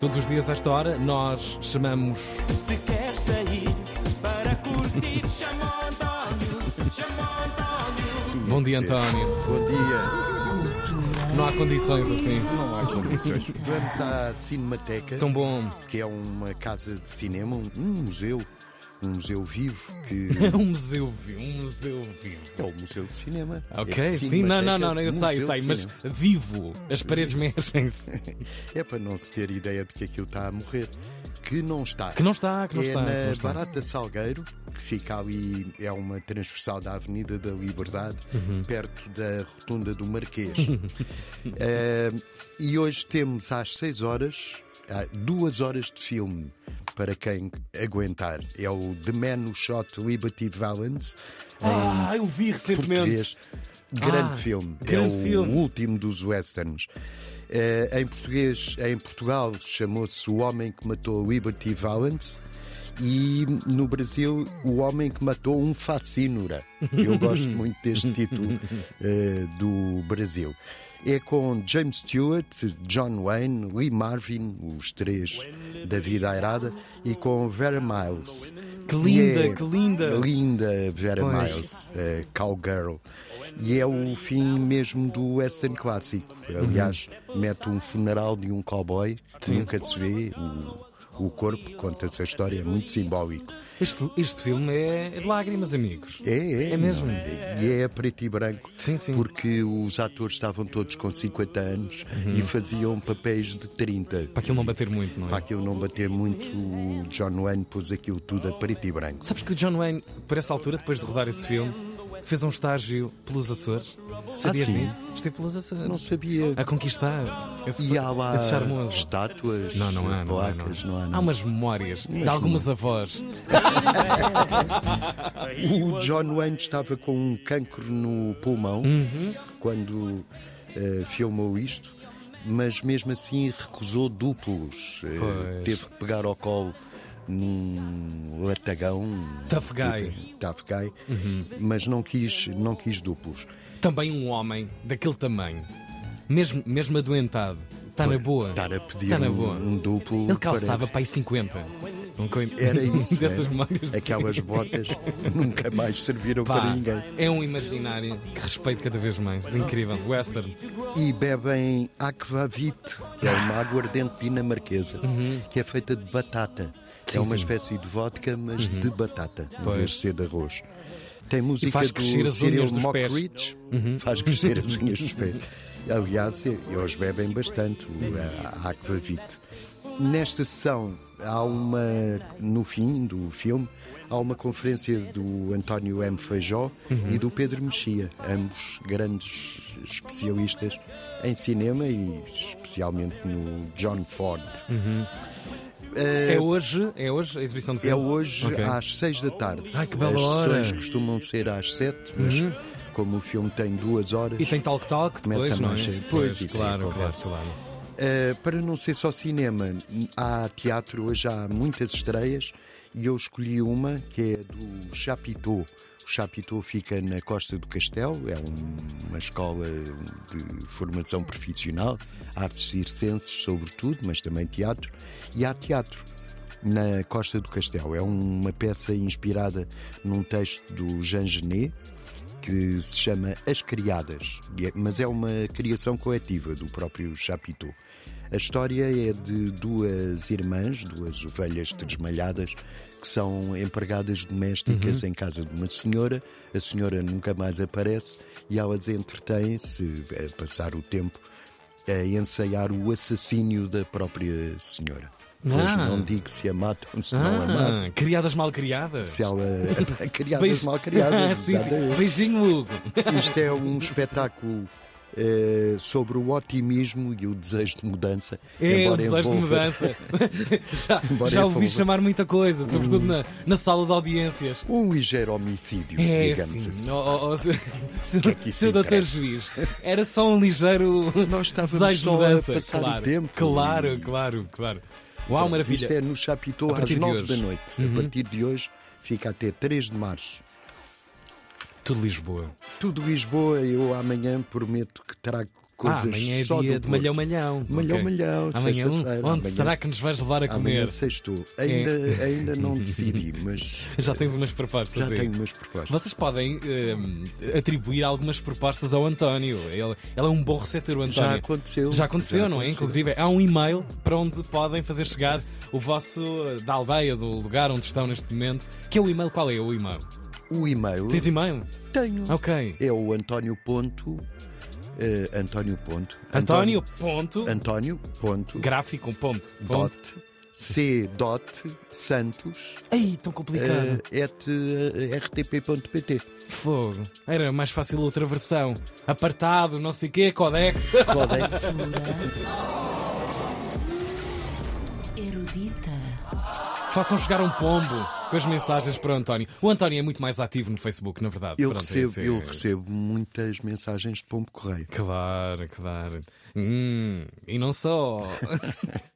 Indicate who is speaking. Speaker 1: Todos os dias a esta hora nós chamamos
Speaker 2: Se quer sair para curtir, chama o António, chama o António.
Speaker 1: Bom dia António.
Speaker 3: Bom dia.
Speaker 1: Não há condições assim.
Speaker 3: Não há condições. Vamos à Cinemateca,
Speaker 1: Tão bom.
Speaker 3: que é uma casa de cinema, um, um museu, um museu vivo, que
Speaker 1: Um museu vivo, um museu vivo.
Speaker 3: é o Museu de Cinema.
Speaker 1: Ok,
Speaker 3: É a
Speaker 1: sim, não, não, não,
Speaker 3: Cinemateca
Speaker 1: não, eu
Speaker 3: do
Speaker 1: sei, eu
Speaker 3: Museu
Speaker 1: sei,
Speaker 3: de
Speaker 1: mas
Speaker 3: Cinema.
Speaker 1: vivo, as paredes mexem-se.
Speaker 3: É para não se ter ideia de que aquilo está a morrer. Que não está.
Speaker 1: Que não está, que não
Speaker 3: é
Speaker 1: está, que
Speaker 3: na
Speaker 1: não está.
Speaker 3: Barata Salgueiro, que fica ali, é uma transversal da Avenida da Liberdade,
Speaker 1: Uhum.
Speaker 3: perto da Rotunda do Marquês. Eh, e hoje temos às 6 horas, ah, duas horas de filme, para quem aguentar. É o The Man Who Shot Liberty Valance,
Speaker 1: Ah, eu vi recentemente.
Speaker 3: português. Grande
Speaker 1: Ah,
Speaker 3: filme.
Speaker 1: grande
Speaker 3: é o
Speaker 1: filme.
Speaker 3: último dos westerns. Eh, em português, em Portugal, chamou-se O Homem que Matou Liberty Valance. E no Brasil, O Homem que Matou um Facínora. Eu gosto muito deste título eh, do Brasil. É com James Stewart, John Wayne, Lee Marvin, os três da vida airada, e com Vera Miles.
Speaker 1: Que linda,
Speaker 3: E é
Speaker 1: que linda.
Speaker 3: Linda Vera
Speaker 1: Pois.
Speaker 3: Miles, eh, Cowgirl. E é o fim mesmo do western clássico.
Speaker 1: Uhum.
Speaker 3: Aliás, mete um funeral de um cowboy que nunca se vê. O, o corpo conta-se a história, é muito simbólico.
Speaker 1: Este, este filme é de lágrimas, amigos.
Speaker 3: É, é,
Speaker 1: É mesmo?
Speaker 3: não, e é preto e branco.
Speaker 1: Sim, sim.
Speaker 3: Porque os atores estavam todos com 50 anos
Speaker 1: Uhum.
Speaker 3: e faziam papéis de 30.
Speaker 1: Para aquilo não bater muito, não
Speaker 3: Para
Speaker 1: é?
Speaker 3: aquilo não bater muito, o John Wayne pôs aquilo tudo a preto e branco.
Speaker 1: Sabes que o John Wayne, por essa altura, depois de rodar esse filme, fez um estágio pelos Açores. Sabias
Speaker 3: Ah, sim?
Speaker 1: disso? Esteve pelos Açores.
Speaker 3: Não sabia.
Speaker 1: A conquistar esse,
Speaker 3: E há lá
Speaker 1: esse charmoso.
Speaker 3: estátuas,
Speaker 1: Não, não há, não há, não
Speaker 3: placas,
Speaker 1: há.
Speaker 3: não há.
Speaker 1: Há umas memórias de algumas avós.
Speaker 3: O John Wayne estava com um cancro no pulmão
Speaker 1: Uhum.
Speaker 3: quando eh, filmou isto, mas mesmo assim recusou duplos. Eh,
Speaker 1: Pois.
Speaker 3: teve que pegar ao colo num latagão.
Speaker 1: Tough guy.
Speaker 3: Tough guy,
Speaker 1: Uhum.
Speaker 3: mas não quis, não quis duplos.
Speaker 1: Também um homem daquele tamanho, mesmo, mesmo adoentado, está Tá na boa.
Speaker 3: Estar a pedir
Speaker 1: Está na
Speaker 3: um,
Speaker 1: boa.
Speaker 3: um duplo.
Speaker 1: Ele calçava
Speaker 3: parece- Um
Speaker 1: para aí 50. Não coi-
Speaker 3: Era isso.
Speaker 1: Dessas
Speaker 3: é.
Speaker 1: mangas. de
Speaker 3: Aquelas botas nunca mais serviram
Speaker 1: Pá,
Speaker 3: para ninguém.
Speaker 1: É um imaginário que respeito cada vez mais.
Speaker 3: É.
Speaker 1: Incrível. Western.
Speaker 3: E bebem aquavit, que é
Speaker 1: Ah.
Speaker 3: uma aguardente dinamarquesa, que é feita de batata.
Speaker 1: Uhum. Sim,
Speaker 3: é uma
Speaker 1: sim. Uhum.
Speaker 3: espécie de vodka, mas de batata, em vez de ser de arroz. Tem música
Speaker 1: faz
Speaker 3: do
Speaker 1: crescer as
Speaker 3: Cyril
Speaker 1: unhas dos pés. Uhum.
Speaker 3: Mockridge, faz crescer as unhas dos pés. Aliás, eles bebem bastante o eh, aquavit. Nesta sessão, há uma, no fim do filme, há uma conferência do António M. Feijó
Speaker 1: Uhum.
Speaker 3: e do Pedro Mexia, ambos grandes especialistas em cinema e especialmente no John Ford.
Speaker 1: Uhum. É hoje, é hoje a exibição do
Speaker 3: É
Speaker 1: filme.
Speaker 3: hoje
Speaker 1: Ok.
Speaker 3: às seis da tarde.
Speaker 1: Ai, que bela
Speaker 3: As
Speaker 1: hora. Uhum.
Speaker 3: sessões costumam ser às sete, mas como o filme tem duas horas.
Speaker 1: E tem talk talk
Speaker 3: Começa
Speaker 1: depois,
Speaker 3: a
Speaker 1: não é?
Speaker 3: manchar. Pois, e tem
Speaker 1: claro, claro,
Speaker 3: conversa.
Speaker 1: claro.
Speaker 3: Uh, para não ser só cinema, há teatro, hoje há muitas estreias e eu escolhi uma que é do Chapitou. O Chapitou fica na Costa do Castelo, é um- uma escola de formação profissional, artes circenses sobretudo, mas também teatro. E há teatro na Costa do Castelo. É uma peça inspirada num texto do Jean Genet que se chama As Criadas, e é- mas é uma criação coletiva do próprio Chapitou. A história é de duas irmãs, duas ovelhas desmalhadas, que são empregadas domésticas
Speaker 1: Uhum.
Speaker 3: em casa de uma senhora. A senhora nunca mais aparece e elas entretêm-se a passar o tempo a ensaiar o assassínio da própria senhora. Pois
Speaker 1: Ah.
Speaker 3: não digo se a matam, se não é a matam.
Speaker 1: Ah, criadas mal criadas.
Speaker 3: Se ela é criadas
Speaker 1: Beijo-
Speaker 3: mal criadas.
Speaker 1: Sim, sim.
Speaker 3: exatamente.
Speaker 1: Beijinho, Hugo.
Speaker 3: Isto é um espetáculo eh, sobre o otimismo e o desejo de mudança.
Speaker 1: É, o
Speaker 3: embora
Speaker 1: desejo de
Speaker 3: envolva-
Speaker 1: mudança. já
Speaker 3: Embora
Speaker 1: já ouvi
Speaker 3: envolva-
Speaker 1: chamar muita coisa, sobretudo na, na sala de audiências.
Speaker 3: Um ligeiro homicídio,
Speaker 1: É
Speaker 3: digamos
Speaker 1: assim,
Speaker 3: assim.
Speaker 1: ó, ó, ó, se, se,
Speaker 3: que é que isso
Speaker 1: se o doutor
Speaker 3: interessa?
Speaker 1: juiz era só um ligeiro
Speaker 3: Nós estávamos
Speaker 1: desejo de
Speaker 3: só a
Speaker 1: mudança,
Speaker 3: passar o
Speaker 1: claro,
Speaker 3: tempo
Speaker 1: claro,
Speaker 3: e-
Speaker 1: claro, claro. Uau, maravilha.
Speaker 3: Isto é no Chapitou
Speaker 1: A
Speaker 3: às
Speaker 1: partir de
Speaker 3: 9
Speaker 1: hoje. Uhum.
Speaker 3: da noite. A partir de hoje fica até 3 de março.
Speaker 1: Tudo Lisboa.
Speaker 3: Tudo Lisboa, eu amanhã prometo que trago
Speaker 1: Ah,
Speaker 3: Coisas
Speaker 1: amanhã é
Speaker 3: só
Speaker 1: dia
Speaker 3: do
Speaker 1: de malhão
Speaker 3: Porto.
Speaker 1: malhão.
Speaker 3: Malhão,
Speaker 1: Ok.
Speaker 3: malhão,
Speaker 1: Amanhã, um? onde
Speaker 3: sexta-feira, amanhã.
Speaker 1: será que nos vais levar a é comer? É.
Speaker 3: Amanhã sexto. Ainda, ainda não decidi, mas
Speaker 1: Já tens umas propostas
Speaker 3: já
Speaker 1: aí.
Speaker 3: tenho umas propostas.
Speaker 1: Vocês podem eh, atribuir algumas propostas ao António. Ele, ele é um bom receptor, o António.
Speaker 3: Já aconteceu.
Speaker 1: Já aconteceu,
Speaker 3: Já
Speaker 1: não é?
Speaker 3: aconteceu.
Speaker 1: Inclusive, há um e-mail para onde podem fazer chegar o vosso eh, da aldeia, do lugar onde estão neste momento. Que é o e-mail? Qual é o e-mail?
Speaker 3: O e-mail
Speaker 1: Tens e-mail? Ah,
Speaker 3: tenho.
Speaker 1: Ok.
Speaker 3: É o António Ponto. eh, António Ponto.
Speaker 1: António, ponto,
Speaker 3: António Ponto.
Speaker 1: gráfico, ponto, ponto.
Speaker 3: Dot. C. Dot. Santos.
Speaker 1: Ei, tão complicado.
Speaker 3: eh, at, eh, rtp.pt.
Speaker 1: Fogo. Era mais fácil outra versão. Apartado, não sei o quê, codex.
Speaker 3: Podem.
Speaker 4: erudita.
Speaker 1: Façam chegar um pombo com as mensagens para o António. O António é muito mais ativo no Facebook, na verdade.
Speaker 3: Eu
Speaker 1: Pronto,
Speaker 3: recebo,
Speaker 1: esse é-
Speaker 3: eu recebo muitas mensagens de pombo correio.
Speaker 1: Claro, claro. Hum, e não só.